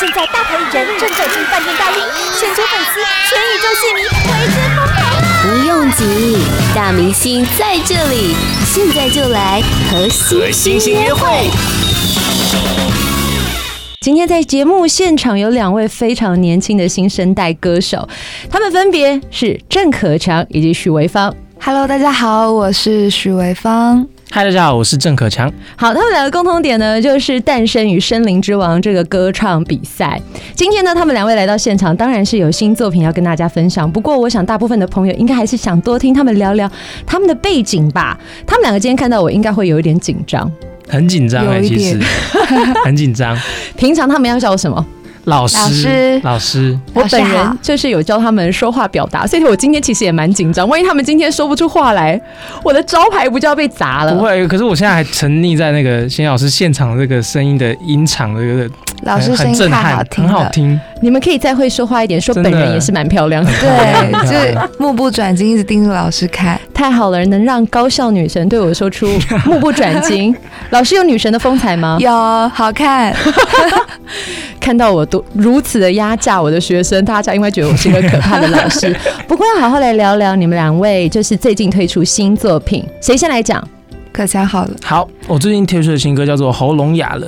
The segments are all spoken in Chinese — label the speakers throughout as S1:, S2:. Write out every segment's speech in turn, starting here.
S1: 现在大牌艺人正走进饭店大厅，全球粉丝、全宇宙戏迷为之疯狂啊！
S2: 不用急，大明星在这里，现在就来和
S3: 和
S2: 星
S3: 星星
S2: 星
S3: 约
S2: 约
S3: 会
S2: 会。
S4: 今天在节目现场有两位非常年轻的新生代歌手，他们分别是郑可强以及许维芳。
S5: Hello，大家好，我是许维芳。
S3: 嗨，大家好，我是郑可强。
S4: 好，他们两个共同点呢，就是诞生于《森林之王》这个歌唱比赛。今天呢，他们两位来到现场，当然是有新作品要跟大家分享。不过，我想大部分的朋友应该还是想多听他们聊聊他们的背景吧。他们两个今天看到我，应该会有一点紧张。
S3: 很紧张哎，
S5: 有一
S3: 其实 很紧张。
S4: 平常他们要叫我什么？
S3: 老师，
S5: 老师
S3: 老师
S4: 我
S5: 老师
S4: 本
S5: 好
S4: 人就是有教他们说话表达，所以我今天其实也蛮紧张。万一他们今天说不出话来，我的招牌不就要被砸
S5: 呃
S3: 不
S4: 了？
S3: 会，可是我现在还沉溺在那个新老师现场这个声音的音场，这个
S5: 老师声
S3: 很
S5: 音
S3: 震
S5: 太
S3: 撼
S5: 好，听
S3: 很好
S5: 了，
S3: 听。
S4: 你们可以再会说话一点，说
S3: 真
S4: 本
S3: 的
S4: 人也是蛮漂亮的。
S5: 对，
S3: 很好
S5: 就是目不转睛，一直盯着老师 看。
S4: 太好了，能让高校女神对我说出 目不转睛。老师有女神的风采 吗？
S5: 有好看，
S4: 看到我多如此的压榨我的学生，大家应该觉得我是一个可怕的老师。不过要好好来聊聊你们两位，就是最近推出新作品，谁先来讲？
S5: 可强好了。
S3: 好，我最近推出的新歌叫做《喉咙哑了》，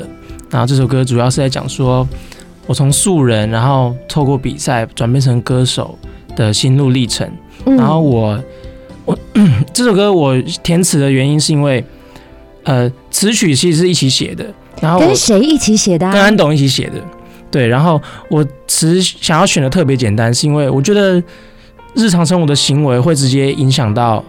S3: 然后这首歌主要是在讲说我从素人，然后透过比赛转变成歌手的心路历程。
S4: 嗯
S3: 然后我我 这首歌我填词的原因是因为，呃，词曲其实是一起写的，然后我
S4: 跟谁一起写的、
S3: 跟
S4: 啊
S3: 安？董一起写的，对，然后我词想要选的特别简单，是因为我觉得日常生活的行为会直接影响到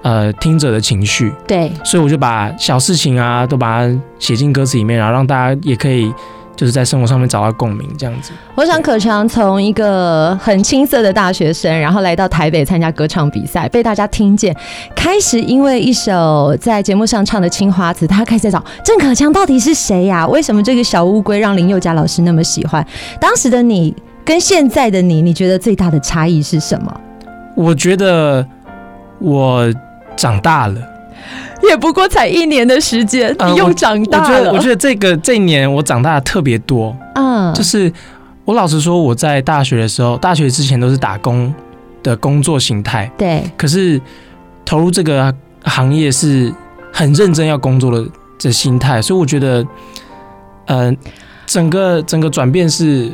S3: 呃听者的情绪，
S4: 对，
S3: 所以我就把小事情啊都把它写进歌词里面，然后让大家也可以就是在生活上面找到共鸣，这样子。
S4: 我想可强从一个很青涩的大学生，然后来到台北参加歌唱比赛，被大家听见，开始因为一首在节目上唱的《青花瓷》，他开始在找郑可强到底是谁呀、为什么这个小乌龟让林宥嘉老师那么喜欢？当时的你跟现在的你，你觉得最大的差异是什么？
S3: 我觉得我长大了。
S4: 也不过才一年的时间，
S3: 呃
S4: 你
S3: 我
S4: 又长
S3: 我
S4: 大
S3: 觉得，
S4: 了。
S3: 我觉得这个这一年我长大的特别多，
S4: 嗯，
S3: 就是我老实说，我在大学的时候，大学之前都是打工的工作形态，
S4: 对，
S3: 可是投入这个行业是很认真要工作的这心态，所以我觉得，呃，整个整个转变是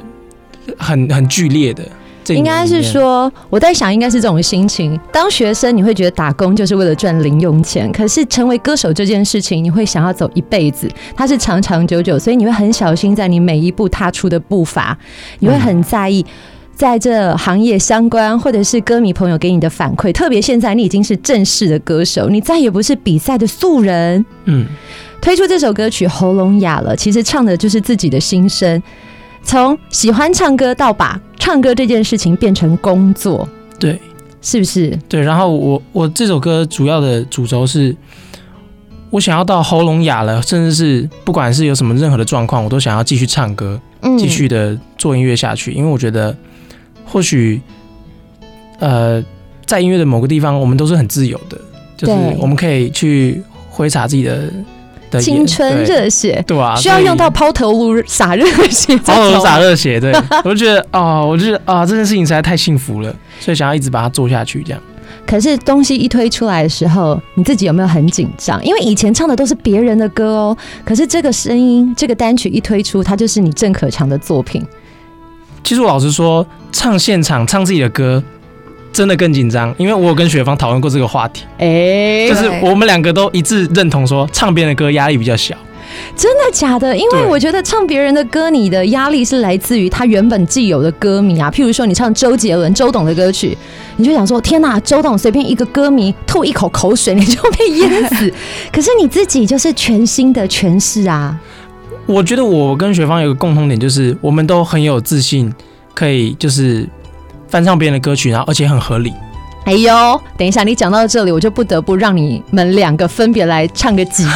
S3: 很很剧烈的。这一
S4: 应
S3: 年
S4: 该
S3: 里
S4: 是
S3: 面，
S4: 说，我在想，应该是这种心情。当学生，你会觉得打工就是为了赚零用钱，可是成为歌手这件事情，你会想要走一辈子，它是长长久久，所以你会很小心在你每一步踏出的步伐，你会很在意。在这行业相关，或者是歌迷朋友给你的反馈，特别现在你已经是正式的歌手，你再也不是比赛的素人，
S3: 嗯，
S4: 推出这首歌曲《喉咙哑了》，其实唱的就是自己的心声。从喜欢唱歌到把唱歌这件事情变成工作，
S3: 对
S4: 是不是？
S3: 对。然后我我这首歌主要的主轴是。我想要到喉咙哑了，甚至是不管是有什么任何的状况，我都想要继续唱歌。
S4: 嗯
S3: 继续的做音乐下去，因为我觉得或许呃，在音乐的某个地方，我们都是很自由的，就是
S4: 对
S3: 我们可以去挥洒自己的的
S4: 嗯青春
S3: 对
S4: 热血，
S3: 对啊，
S4: 需要
S3: 所以
S4: 用到。抛头颅洒热血这
S3: 哦，
S4: 种。
S3: 洒热血，对我就觉得哦，我就觉得啊、这件事情实在太幸福了，所以想要一直把它做下去，这样。
S4: 可是东西一推出来的时候，你自己有没有很紧张？因为以前唱的都是别人的歌哦，可是这个声音，这个单曲一推出，它就是你郑可强的作品。
S3: 其实我老实说，唱现场唱自己的歌，真的更紧张，因为我有跟雪芳讨论过这个话题，
S4: 哎、
S3: 就是我们两个都一致认同说，唱别人的歌压力比较小。
S4: 真的假的？因为
S3: 对
S4: 我觉得唱别人的歌，你的压力是来自于他原本既有的歌迷啊。譬如说，你唱周杰伦、周董的歌曲，你就想说：天哪，周董随便一个歌迷吐一口口水，你就被淹 死。可是你自己就是全新的诠释啊。
S3: 我觉得我跟学芳有个共同点，就是我们都很有自信，可以就是翻唱别人的歌曲，然后而且很合理。
S4: 哎呦，等一下，你讲到这里，我就不得不让你们两个分别来唱个几句。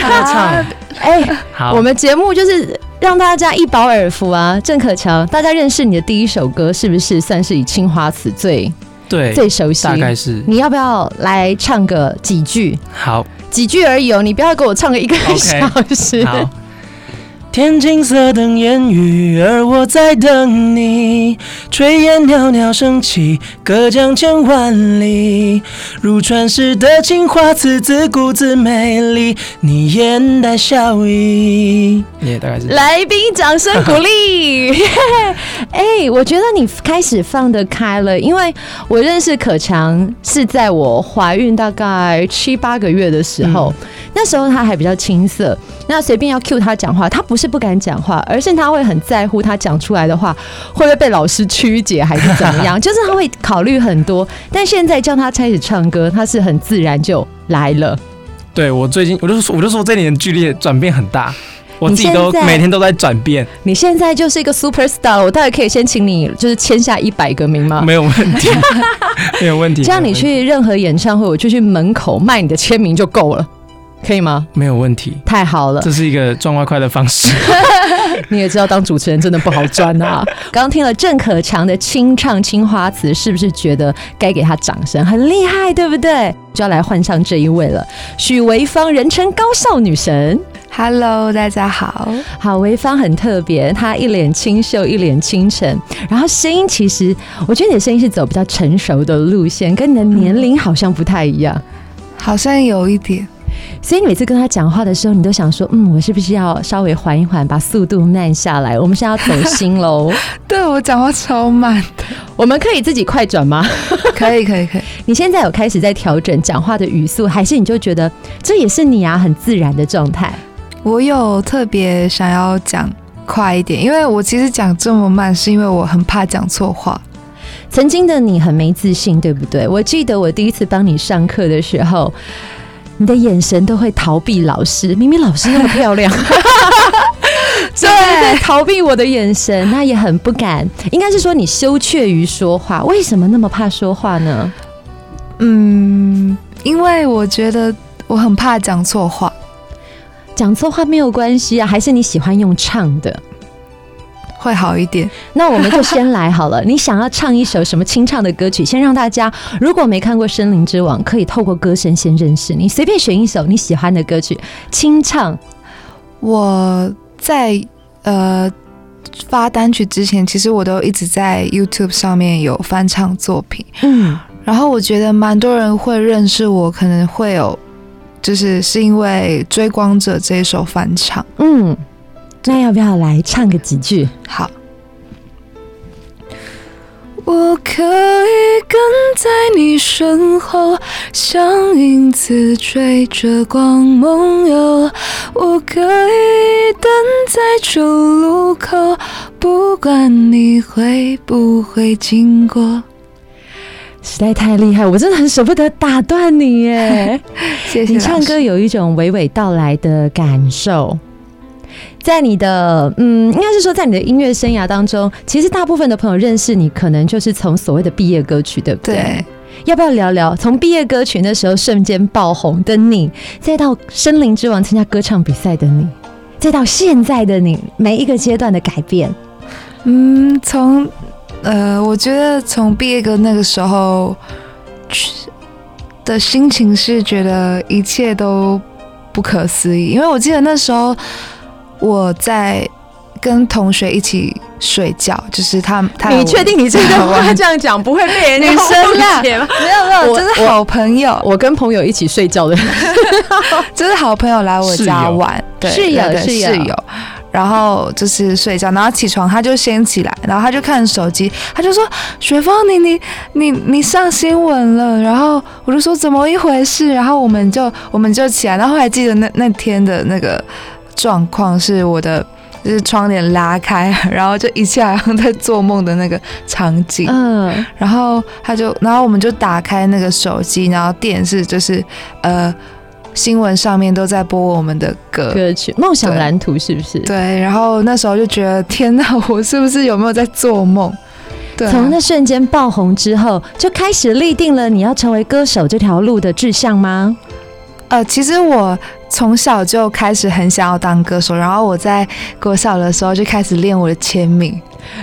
S3: 他唱
S4: 哎、
S3: 好，
S4: 我们节目就是让大家一饱耳福啊。郑可强，大家认识你的第一首歌是不是算是以《青花瓷》最
S3: 对，
S4: 最熟悉？
S3: 哎大概是
S4: 你要不要来唱个几句？
S3: 好
S4: 几句而已哦，你不要给我唱个一个
S3: OK，
S4: 小时。
S3: 好。天青色等烟雨，而我在等你。炊烟袅袅升起，隔江千万里。如传世的情话，此自顾自美丽。你眼带笑意，也、大概是
S4: 来宾掌声鼓励。哎、我觉得你开始放得开了，因为我认识可强是在我怀孕大概七八个月的时候，那时候他还比较青涩，那随便要 cue 他讲话，他不是不敢讲话，而是他会很在乎他讲出来的话会不会被老师曲解还是怎么样，就是他会考虑很多。但现在叫他开始唱歌，他是很自然就来了。
S3: 对我最近，我就说，我就说这里的剧烈转变很大，我
S4: 你
S3: 自己都
S4: 现在
S3: 每天都在转变，
S4: 你现在就是一个 super star，我大概可以先请你就是签下一百个名吗？
S3: 没有问 题，没有问题。
S4: 这样
S3: 没
S4: 你
S3: 有问题
S4: 去任何演唱会，我就去门口卖你的签名就够了，可以吗？
S3: 没有问题，
S4: 太好了，
S3: 这是一个赚外快的方式。
S4: 你也知道当主持人真的不好赚啊。刚刚听了郑可强的清唱《青花瓷》，是不是觉得该给他掌声？很厉害，对不对？就要来换上这一位了，许维芳，人称高少女神。
S5: Hello，大家好。
S4: 好，潍坊很特别，她一脸清秀，一脸清纯，然后声音其实，我觉得你的声音是走比较成熟的路线，跟你的年龄好像不太一样。
S5: 好像有一点，
S4: 所以你每次跟他讲话的时候，你都想说，嗯，我是不是要稍微缓一缓，把速度慢下来？我们是要走心喽。
S5: 对我讲话超 慢，
S4: 我们可以自己快转吗？
S5: 可以，可以，可以。
S4: 你现在有开始在调整讲话的语速，还是你就觉得这也是你啊，很自然的状态？
S5: 我有特别想要讲快一点，因为我其实讲这么慢，是因为我很怕讲错话。
S4: 曾经的你很没自信，对不对？我记得我第一次帮你上课的时候，你的眼神都会逃避老师，明明老师那么漂亮。 对，逃避我的眼神，那也很不敢。应该是说你羞怯于说话，为什么那么怕说话呢？
S5: 嗯，因为我觉得我很怕讲错话。
S4: 讲错话没有关系啊，还是你喜欢用唱的？
S5: 会好一点。
S4: 那我们就先来好 了。你想要唱一首什么清唱的歌曲？先让大家，如果没看过《森林之王》，可以透过歌声先认识你。随便选一首你喜欢的歌曲，清唱。
S5: 我在呃发单曲之前，其实我都一直在 YouTube 上面有翻唱作品，
S4: 嗯，
S5: 然后我觉得蛮多人会认识我，可能会有就是是因为《追光者》这一首翻唱。
S4: 嗯，那要不要来唱个几句？
S5: 好。我可以跟在你身后，像影子追着光梦游。我可以等在九路口，不管你会不会经过。
S4: 实在太厉害，我真的很舍不得打断你 耶。
S5: 谢
S4: 你唱歌有一种娓娓道来的感受。在你的嗯，应该是说，在你的音乐生涯当中，其实大部分的朋友认识你，可能就是从所谓的毕业歌曲，对不对？
S5: 对，
S4: 要不要聊聊从毕业歌曲那时候瞬间爆红的你，再到《森林之王》参加歌唱比赛的你，再到现在的你，每一个阶段的改变？
S5: 嗯，从呃，我觉得从毕业歌那个时候去的心情是觉得一切都不可思议，因为我记得那时候我在跟同学一起睡觉，就是他他
S4: 你确定你这段话这样讲不会被 人家
S5: 女生啦
S4: 误解吗？
S5: 没有没有，
S4: 我
S5: 就是好朋友，
S4: 我跟朋友一起睡觉的，
S5: 就是好朋友来我家
S3: 室友
S5: 玩，对
S4: 室友
S5: 对对
S4: 室友
S5: 室友。然后就是睡觉，然后起床他就先起来，然后他就看手机，他就说：“雪峰，你你你你上新闻了。”然后我就说：“怎么一回事？”然后我们就我们就起来，然后还记得那那天的那个状况是我的就是窗帘拉开， 然后就一切好像在做梦的那个场景。
S4: 嗯，
S5: 然后他就，然后我们就打开那个手机，然后电视就是呃新闻上面都在播我们的歌。
S4: 歌曲《梦想蓝图》是不是？
S5: 对，然后那时候就觉得天哪，我是不是有没有在做梦？对啊、
S4: 从那瞬间爆红之后，就开始立定了你要成为歌手这条路的志向吗？
S5: 呃，其实我从小就开始很想要当歌手，然后我在国小的时候就开始练我的签名，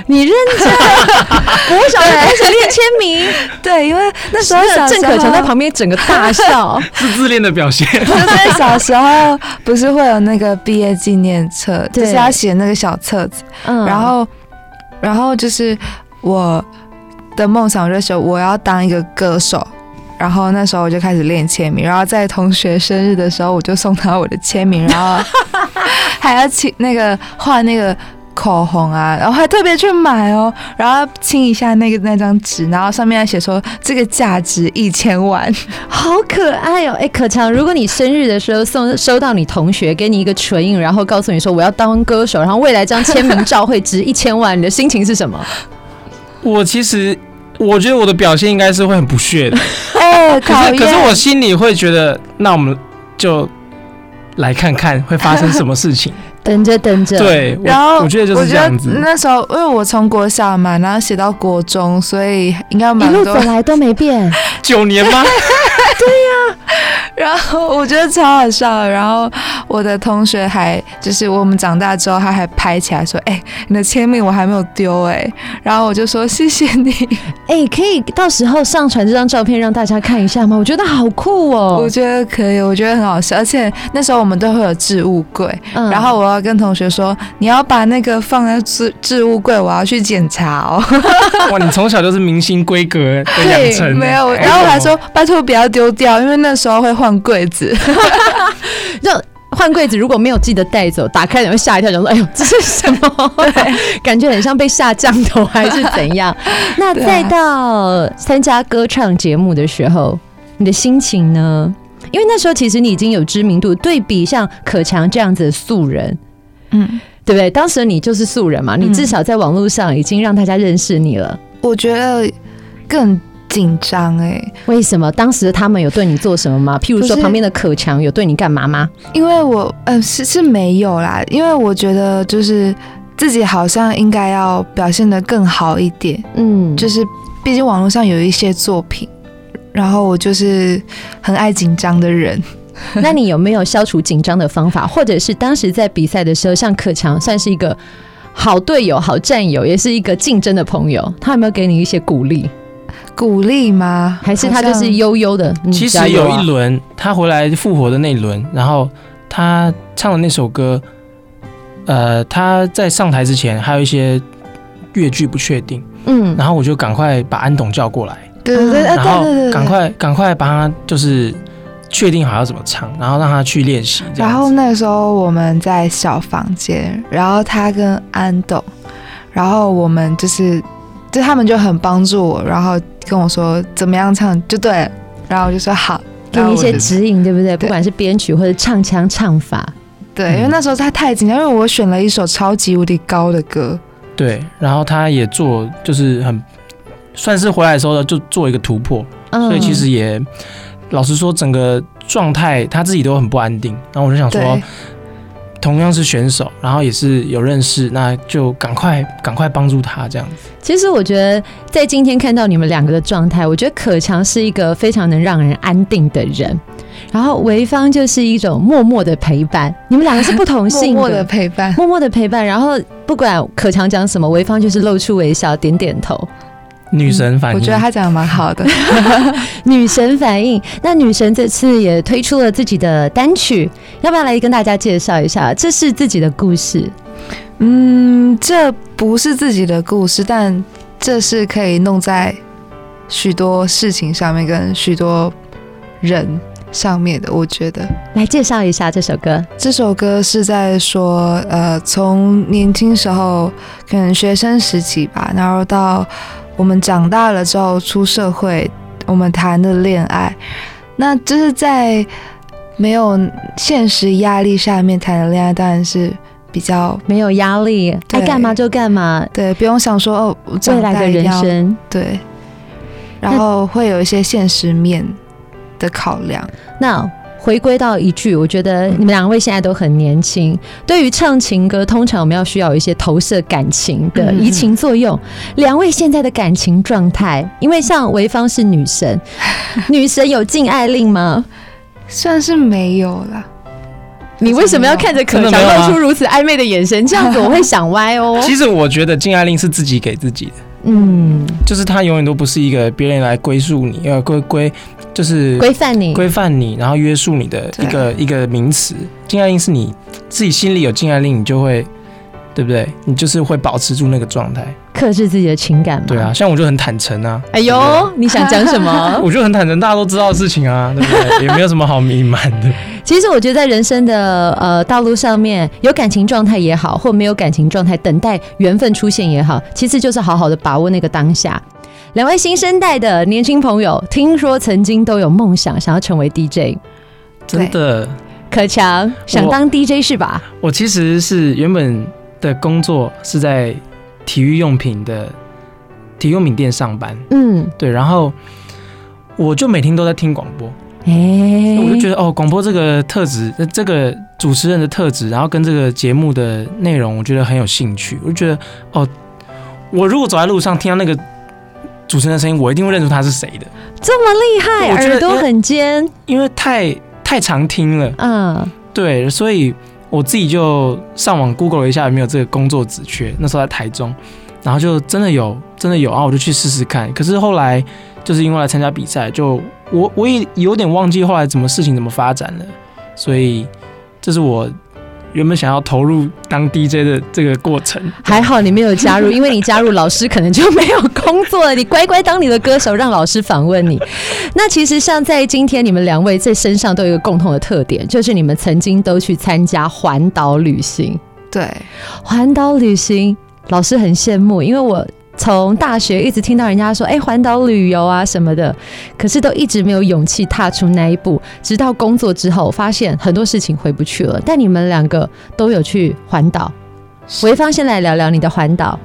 S4: 你认 真，我小就开始练签 名，
S5: 对，因为那时候小
S4: 郑
S5: 时
S4: 可
S5: 候
S4: 强 在旁边整个大笑，
S3: 是自恋的表现。
S5: 就是小时候不是会有那个毕业纪念册，
S4: 对
S5: 就是要写那个小册子，
S4: 嗯，
S5: 然后，然后就是我的梦想就是我要当一个歌手。然后那时候我就开始练签名，然后在同学生日的时候我就送他我的签 名，然后还要亲那个画那个口红啊，然后还特别去买哦，然后亲一下那个那张纸，然后上面还写说这个价值一千万，
S4: 好可爱哦！哎，可强，如果你生日的时候送收到你同学给你一个唇印，然后告诉你说我要当歌手，然后未来这张签名照会值一千万，你的心情是什么？
S3: 我其实我觉得我的表现应该是会很不屑 的，
S5: 哎，
S3: 可
S5: 讨
S3: 是
S5: 厌。
S3: 可是我心里会觉得，那我们就来看看会发生什么事 情。
S4: 等着等着，，
S3: 对，
S5: 然后
S3: 我我觉得就是这样子。
S5: 那时候因为我从国小嘛，然后写到国中，所以应该
S4: 一
S5: 蛮
S4: 路
S5: 多
S4: 走。来都没变。
S3: 九年 吗？
S5: 然后我觉得超好笑的。然后我的同学还就是我们长大之后，他还拍起来说：“哎、你的签名我还没有丢哎、然后我就说：“谢谢你。
S4: 哎、可以到时候上传这张照片让大家看一下吗？我觉得好酷哦
S5: 我。觉得可以，我觉得很好笑。而且那时候我们都会有置物柜，
S4: 嗯
S5: 然后我要跟同学说：“你要把那个放在置置物柜，我要去检查哦。”
S3: 哇，你从小就是明星规格的养成欸。
S5: 没有，
S3: 哎
S5: 然后我还说：“拜托不要丢掉，因为那时候会换柜子。”
S4: 就换柜子，如果没有记得带走，打开你会吓一跳，想说：“哎呦， 这是什么？”感觉很像被下降头还是怎 样？那
S5: 对啊
S4: 再到参加歌唱节目的时候，你的心情呢？因为那时候其实你已经有知名度，对比像可强这样子的素人，
S5: 嗯，
S4: 对不对？当时你就是素人嘛，你至少在网络上已经让大家认识你了。
S5: 我觉得更紧张哎，
S4: 为什么当时他们有对你做什么吗？譬如说
S5: 不是
S4: 旁边的可强有对你干嘛吗？
S5: 因为我呃是是没有啦，因为我觉得就是自己好像应该要表现得更好一点，
S4: 嗯，
S5: 就是毕竟网络上有一些作品，然后我就是很爱紧张的人，
S4: 那你有没有消除紧张的方法，或者是当时在比赛的时候，像可强算是一个好队友、好战友，也是一个竞争的朋友，他有没有给你一些鼓励，
S5: 鼓励吗？
S4: 还是他
S5: 好
S4: 就
S5: 像
S4: 是悠悠的？嗯
S3: 其
S4: 加
S3: 实
S4: 油
S3: 有
S4: 啊
S3: 一轮他回来复活的那一轮，然后他唱的那首歌，呃，他在上台之前还有一些乐句不确定，
S4: 嗯，
S3: 然后我就赶快把安董叫过来，
S5: 对对对，
S4: 嗯
S5: 啊
S3: 然后
S5: 对对对，
S3: 赶快赶快帮他就是确定好要怎么唱，然后让他去练习。这样
S5: 然后
S3: 子
S5: 那时候我们在小房间，然后他跟安董，然后我们就是，就他们就很帮助我，然后跟我说怎么样唱就对了，然后我就说好，
S4: 给
S5: 然后
S4: 你一
S5: 我
S4: 些
S5: 就
S4: 指引，对嗯不对？不管是编曲或者唱腔、唱法，
S5: 对，因为那时候他太紧张，因为我选了一首超级无敌高的歌，
S3: 对，然后他也做就是很算是回来的时候就做一个突破，
S4: 嗯，
S3: 所以其实也老实说，整个状态他自己都很不安定。然后我就想说
S5: 对，，
S3: 同样是选手，然后也是有认识，那就赶快赶快帮助他这样子。
S4: 其实我觉得，在今天看到你们两个的状态，我觉得可强是一个非常能让人安定的人，然后潍坊就是一种默默的陪伴。你们两个是不同
S5: 默
S4: 性
S5: 默的陪 伴，
S4: 默默的陪伴，然后不管可强讲什么，潍坊就是露出微笑，点点头，
S3: 女神反
S5: 嗯
S3: 应，
S5: 我觉得他讲的蛮好的，
S4: 女神反应。那女神这次也推出了自己的单曲，要不要来跟大家介绍一下？这是自己的故事，
S5: 嗯，这不是自己的故事，但这是可以弄在许多事情上面，跟许多人上面的。我觉得
S4: 来介绍一下这首歌。
S5: 这首歌是在说，呃，从年轻时候，可能学生时期吧，然后到我们长大了之后出社会，我们谈的恋爱，啊那就是在没有现实压力下面谈的恋爱，当然是比较
S4: 没有压力，爱
S5: 对
S4: 干嘛就干嘛，
S5: 对，不用想说哦，我长
S4: 未来
S5: 大
S4: 的
S5: 一定
S4: 人
S5: 要
S4: 生。
S5: 对，然后会有一些现实面的考量。
S4: 那回归到一句，我觉得你们两位现在都很年轻。对于唱情歌，通常我们要需要有一些投射感情的
S5: 嗯嗯
S4: 移情作用。两位现在的感情状态，因为像潍坊是女神，女神有禁爱令吗？
S5: 算是没有啦，
S4: 你为什么要看着可
S3: 真的
S4: 强
S3: 没有啊
S4: 露出如此暧昧的眼神？这样子我会想歪 哦。
S3: 其实我觉得禁爱令是自己给自己的，
S4: 嗯，
S3: 就是它永远都不是一个别人来归宿你，呃，归归就是
S4: 规范你。
S3: 规范你，然后约束你的一个一个名词。禁爱令是你自己心里有禁爱令，你就会。对不对？你就是会保持住那个状态，
S4: 克制自己的情感嘛。
S3: 对啊。。像我就很坦诚啊，
S4: 哎呦，你想讲 什么？
S3: 我就很坦诚，大家都知道的事情啊，对不对？也没有什么好隐瞒的。
S4: 其实我觉得在人生的呃道路上面，有感情状态也好，或没有感情状态，等待缘分出现也好，其实就是好好的把握那个当下。两位新生代的年轻朋友，听说曾经都有梦想，想要成为 DJ。
S3: 真的，
S4: 可强想当 DJ 是吧？
S3: 我其实是原本的工作是在体育用品的体育用品店上班，
S4: 嗯，
S3: 对，然后我就每天都在听广播，
S4: 哎、
S3: 我就觉得哦，广播这个特质，呃这个主持人的特质，然后跟这个节目的内容，我觉得很有兴趣。我就觉得哦，我如果走在路上听到那个主持人的声音，我一定会认出他是谁的，
S4: 这么厉害，
S3: 我觉
S4: 耳
S3: 得
S4: 朵很尖，
S3: 因为太太常听了。
S4: 嗯，
S3: 对，所以我自己就上网 Google 了一下有没有这个工作职缺，那时候在台中，然后就真的有，真的有，然后我就去试试看。可是后来就是因为来参加比赛，就我我也有点忘记后来怎么事情怎么发展了，所以这是我原本想要投入当 DJ 的这个过程。
S4: 还好你没有加入，因为你加入老师可能就没有工作了。你乖乖当你的歌手，让老师访问你。那其实像在今天，你们两位在身上都有一个共同的特点，就是你们曾经都去参加环岛旅行。
S5: 对，
S4: 环岛旅行，老师很羡慕，因为我。从大学一直听到人家说，哎、环岛旅游啊什么的，可是都一直没有勇气踏出那一步。直到工作之后，发现很多事情回不去了。但你们两个都有去环岛，潍坊先来聊聊你的环岛。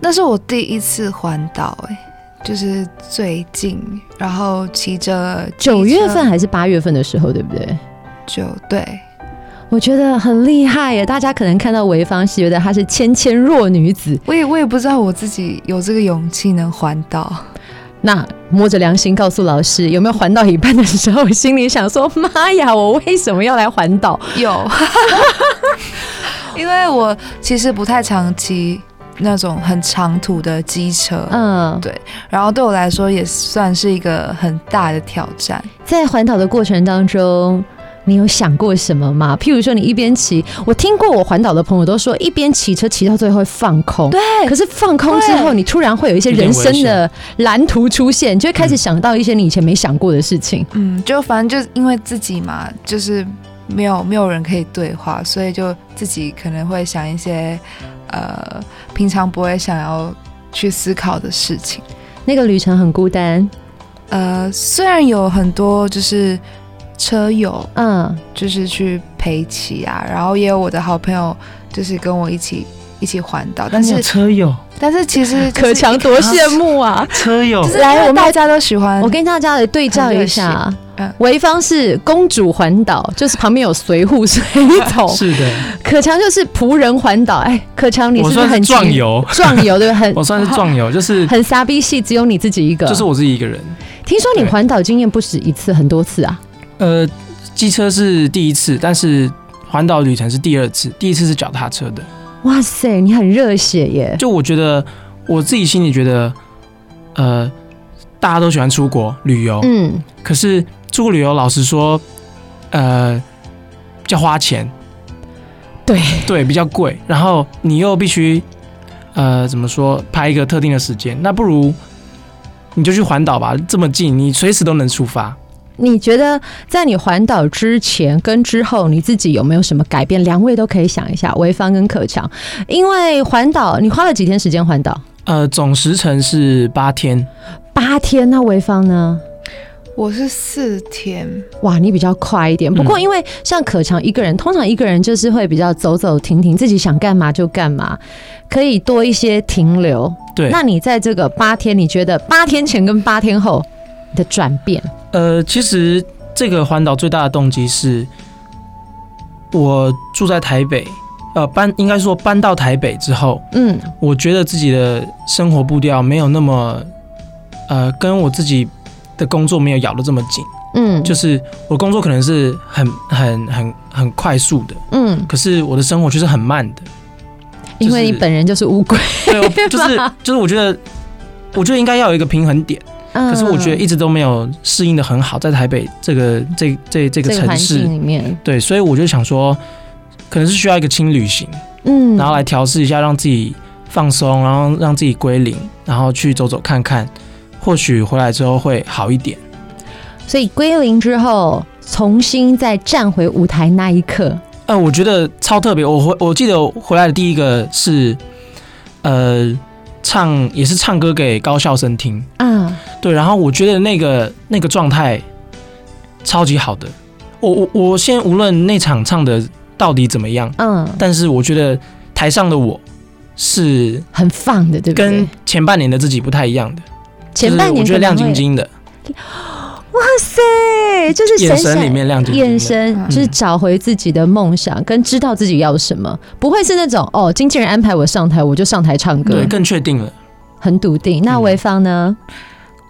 S5: 那是我第一次环岛，哎，就是最近，然后骑着机车
S4: 九月份还是八月份的时候，对不对？
S5: 九对，
S4: 我觉得很厉害耶！大家可能看到潍坊是觉得她是纤纤弱女子，
S5: 我也我也不知道我自己有这个勇气能环岛，
S4: 那摸着良心告诉老师，有没有环到一半的时候，心里想说：“妈呀，我为什么要来环岛
S5: 有， 因为我其实不太常骑那种很长途的机车？”，
S4: 嗯，
S5: 然后对我来说也算是一个很大的挑战。
S4: 在环岛的过程当中。你有想过什么吗？譬如说，你一边骑，我听过我环岛的朋友都说，一边骑车骑到最后会放空。
S5: 对，
S4: 可是放空之后，
S5: 对
S4: 你突然会有一些人生的蓝图出现，你就会开始想到一些你以前没想过的事情。
S5: 嗯，就反正就因为自己嘛，就是没有没有人可以对话，所以就自己可能会想一些呃平常不会想要去思考的事情。
S4: 那个旅程很孤单，
S5: 呃，虽然有很多就是车友
S4: 嗯，
S5: 就是去陪骑啊，然后也有我的好朋友就是跟我一起一起环岛，啊 但是
S3: 车友，
S5: 但是其实就是
S4: 可强多羡慕啊！
S3: 车友
S5: 就是
S4: 来我们
S5: 大家都喜欢
S4: 我跟大家来对照一下
S5: 很热血，嗯
S4: 潍坊是公主环岛，就是旁边有随护随从；
S3: 是的，
S4: 可强就是仆人环岛。哎，可强，你
S3: 我
S4: 是不
S3: 算
S4: 很
S3: 是
S4: 急
S3: 壮，游，
S4: 壮游对不对？
S3: 我
S4: 很
S3: 算是壮游，就是
S4: 很傻逼戏，只有你自己一个。
S3: 就是我自己一个人。
S4: 听说你环岛经验不止一次，很多次啊。
S3: 呃，机车是第一次，但是环岛旅程是第二次，第一次是脚踏车的。
S4: 哇塞，你很热血耶！
S3: 就我觉得我自己心里觉得，呃，大家都喜欢出国旅游，
S4: 嗯，
S3: 可是出国旅游，老实说，呃，要花钱，
S4: 对
S3: 对，比较贵，然后你又必须，呃，怎么说，拍一个特定的时间，那不如你就去环岛吧，这么近，你随时都能出发。
S4: 你觉得在你环岛之前跟之后，你自己有没有什么改变？两位都可以想一下，潍坊跟可强，因为环岛你花了几天时间环岛？
S3: 呃，总时程是八天，
S4: 八天，那潍坊呢？
S5: 我是四天，
S4: 哇，你比较快一点。不过因为像可强一个人，通常一个人就是会比较走走停停，自己想干嘛就干嘛，可以多一些停留。
S3: 对。
S4: 那你在这个八天，你觉得八天前跟八天后你的转变？
S3: 呃，其实这个环岛最大的动机是，我住在台北，呃，搬应该说搬到台北之后，
S4: 嗯，
S3: 我觉得自己的生活步调没有那么，呃，跟我自己的工作没有咬得这么紧，
S4: 嗯，
S3: 就是我工作可能是很很很很快速的，
S4: 嗯，
S3: 可是我的生活就是很慢的。
S4: 因为你
S3: 就是
S4: 本人就是乌龟，
S3: 对， 我就是就是我觉得，我觉得应该要有一个平衡点。
S4: 可
S3: 可是我觉得一直都没有适应的很好，在台北这个这这这个
S4: 这个
S3: 城
S4: 环境
S3: 市，
S4: 里面，
S3: 对，所以我就想说，可能是需要一个轻旅行，
S4: 嗯，
S3: 然后来调试一下，让自己放松，然后让自己归零，然后去走走看看，或许回来之后会好一点。
S4: 所以归零之后，重新再站回舞台那一刻，
S3: 呃，我觉得超特别。我回我记得我回来的第一个是，呃，唱也是唱歌给高校生听，
S4: 啊，
S3: 对，然后我觉得那个那个状态超级好的。我我我先无论那场唱的到底怎么样，
S4: 嗯，
S3: 但是我觉得台上的我是
S4: 很放的，对不对？
S3: 跟前半年的自己不太一样的，
S4: 前半
S3: 就
S4: 年
S3: 是我觉
S4: 可
S3: 得
S4: 能
S3: 亮晶
S4: 会，
S3: 晶的
S4: 哇塞，就是
S3: 眼
S4: 闪
S3: 神里
S4: 闪
S3: 面亮晶晶的
S4: 眼神
S5: 嗯
S4: 就是找回自己的梦想，跟知道自己要什么，不会是那种哦，经纪人安排我上台，我就上台唱歌
S3: 对，更确定了。
S4: 很笃定。那
S3: 嗯
S4: 潍坊呢？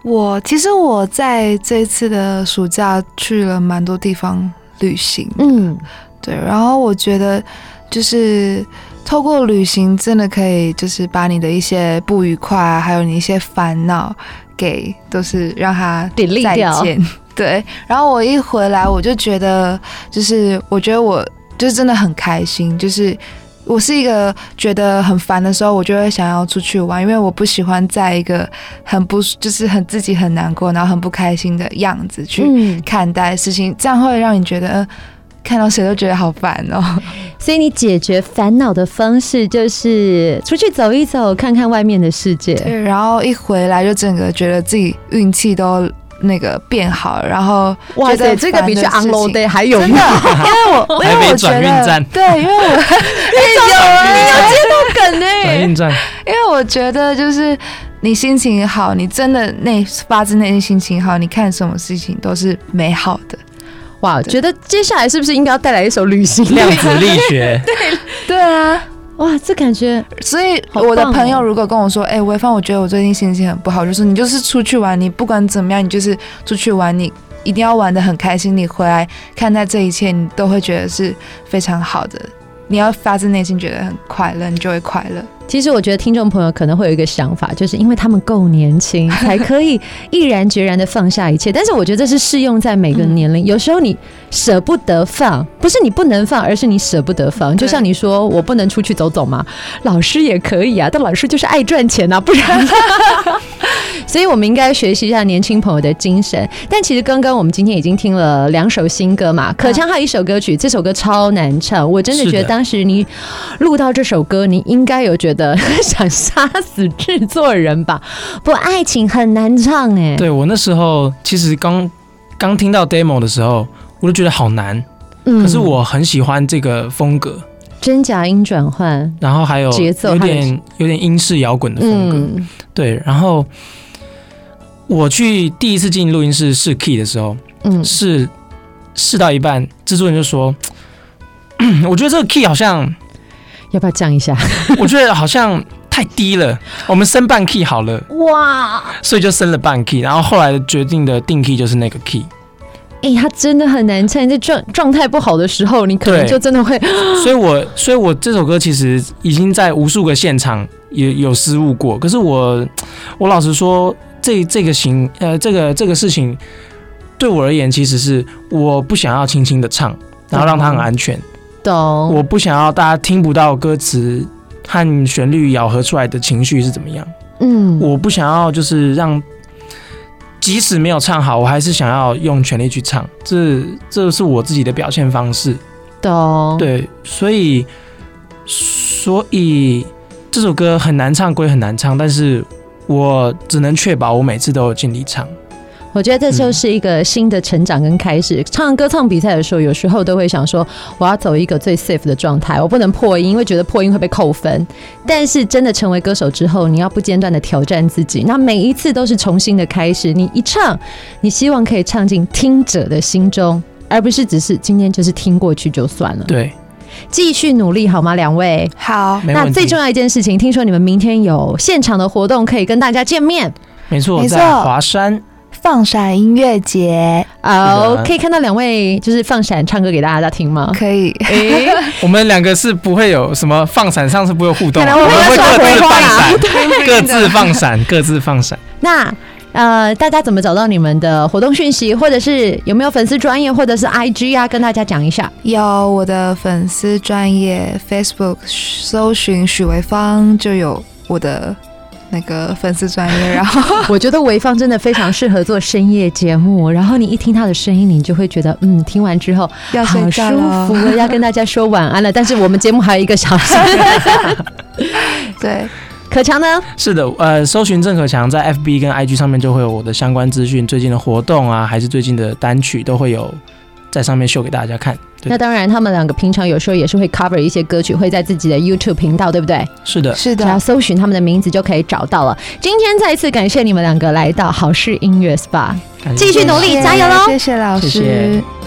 S5: 我其实我在这一次的暑假去了蛮多地方旅行，
S4: 嗯，
S5: 对，然后我觉得就是透过旅行，真的可以就是把你的一些不愉快啊，还有你一些烦恼给，都是让它
S4: 得立
S5: 再
S4: 掉，
S5: 见。对，然后我一回来，我就觉得，就是我觉得我就是真的很开心，就是我是一个觉得很烦的时候，我就会想要出去玩，因为我不喜欢在一个很不就是很自己很难过，然后很不开心的样子去
S4: 嗯，
S5: 看待事情，这样会让你觉得，呃、看到谁都觉得好烦哦。
S4: 所以你解决烦恼的方式就是出去走一走，看看外面的世界。
S5: 对， 然后一回来就整个觉得自己运气都那个变好，然后觉得烦的事情
S4: day 还有
S5: 真的，因为我因
S3: 台
S5: 为
S3: 北
S5: 我觉
S3: 转运
S5: 得
S3: 站
S5: 对，因为我有
S4: 梗呢、
S3: 转 运站，
S5: 因为我觉得就是你心情好，你真的内发自内心心情好，你看什么事情都是美好的。
S4: 哇，
S5: 对
S4: 觉得接下来是不是应该要带来一首《旅行
S3: 量子力学，
S5: 对啊，
S4: 哇，这感觉
S5: 所以
S4: 好棒
S5: 我的朋
S4: 哦
S5: 友如果跟我说，哎、潍坊，我觉得我最近心情很不好，就是你就是出去玩，你不管怎么样，你就是出去玩，你一定要玩的很开心，你回来看待这一切，你都会觉得是非常好的。你要发自内心觉得很快乐，你就会快乐。
S4: 其实我觉得听众朋友可能会有一个想法，就是因为他们够年轻，才可以毅然决然的放下一切。但是我觉得这是适用在每个年龄，有时候你舍不得放，不是你不能放，而是你舍不得放。
S5: 对
S4: 就像你说，我不能出去走走嘛，老师也可以啊，但老师就是爱赚钱啊，不然。所以我们应该学习一下年轻朋友的精神。但其实刚刚我们今天已经听了两首新歌嘛，可唱还有一首歌曲，这首歌超难唱，我真的
S3: 是
S4: 觉得
S3: 的
S4: 当时你录到这首歌，你应该有觉得 想杀死制作人吧？不，爱情很难唱哎、
S3: 对我那时候其实刚刚听到 demo 的时候，我就觉得好难，
S4: 嗯
S3: 可是我很喜欢这个风格，
S4: 真假音转换，
S3: 然后还有
S4: 节奏
S3: 有
S4: 还有
S3: 点有点英式摇滚的风格，
S4: 嗯
S3: 对，然后我去第一次进录音室试 key 的时候，
S4: 嗯，
S3: 试试到一半，制作人就说：“ 我觉得这个 key 好像，
S4: 要不要降一下？
S3: 我觉得好像太低了，我们升半 key 好了。
S4: 哇，”
S3: 所以就升了半 key，然后后来决定的定 key 就是那个 key，
S4: 哎、他真的很难唱，在状状态不好的时候，你可能
S3: 对
S4: 就真的会
S3: 所以我所以我这首歌其实已经在无数个现场也有失误过，可是我我老实说，这这个行呃这个这个事情对我而言其实是我不想要轻轻的唱，然后让它很安全。
S4: 懂。
S3: 我不想要大家听不到歌词和旋律咬合出来的情绪是怎么样。
S4: 嗯，
S3: 我不想要就是让，即使没有唱好，我还是想要用全力去唱。这这是我自己的表现方式。
S4: 懂。
S3: 对，所以所以这首歌很难唱归很难唱，但是我只能确保我每次都有尽力唱。
S4: 我觉得这就是一个新的成长跟开
S3: 嗯
S4: 始。唱歌唱比赛的时候，有时候都会想说，我要走一个最 safe 的状态，我不能破音，因为觉得破音会被扣分。但是真的成为歌手之后，你要不间断的挑战自己，那每一次都是重新的开始。你一唱，你希望可以唱进听者的心中，而不是只是今天就是听过去就算了。
S3: 对，
S4: 继续努力好吗，两位？
S5: 好，
S3: 没
S4: 那
S3: 问
S4: 最
S3: 题
S4: 重。要一件事情，听说你们明天有现场的活动可以跟大家见面。
S3: 没错，
S5: 没错
S3: 在华山
S5: 放闪音乐节，
S4: 哦
S3: 是的
S4: 可以看到两位就是放闪唱歌给大家听吗？
S5: 可以。
S4: 诶，
S3: 我们两个是不会有什么放闪，上是不会有互动，啊
S5: 可能
S3: 我
S5: 我
S3: 们
S5: 们
S3: 会
S5: 那时候
S3: 各自
S5: 回
S3: 放
S5: 话啊
S3: 闪
S5: 啦，
S3: 各自放闪，各自放闪。
S4: 那呃，大家怎么找到你们的活动讯息，或者是有没有粉丝专业，或者是 IG 啊，跟大家讲一下。
S5: 有我的粉丝专业 Facebook 搜寻许维芳就有我的那个粉丝专业，然后
S4: 我觉得潍坊真的非常适合做深夜节目，然后你一听他的声音，你就会觉得，嗯，听完之后啊
S5: 要睡
S4: 好舒
S5: 觉了
S4: 服。，要跟大家说晚安了。但是我们节目还有一个小时，
S5: 对，
S4: 可强呢？
S3: 是的，呃，搜寻郑可强在 FB 跟 IG 上面就会有我的相关资讯，最近的活动啊，还是最近的单曲都会有在上面秀给大家看。对
S4: 那当然，他们两个平常有时候也是会 cover 一些歌曲，会在自己的 YouTube 频道，对不对？
S3: 是的，
S5: 是
S4: 只要
S5: 的，
S4: 搜寻他们的名字就可以找到了。今天再一次感谢你们两个来到好事音乐 SPA。
S3: 感谢
S4: 继续努力
S5: 谢谢
S4: 加油喽
S5: 谢谢老
S3: 谢
S5: 师。
S3: 谢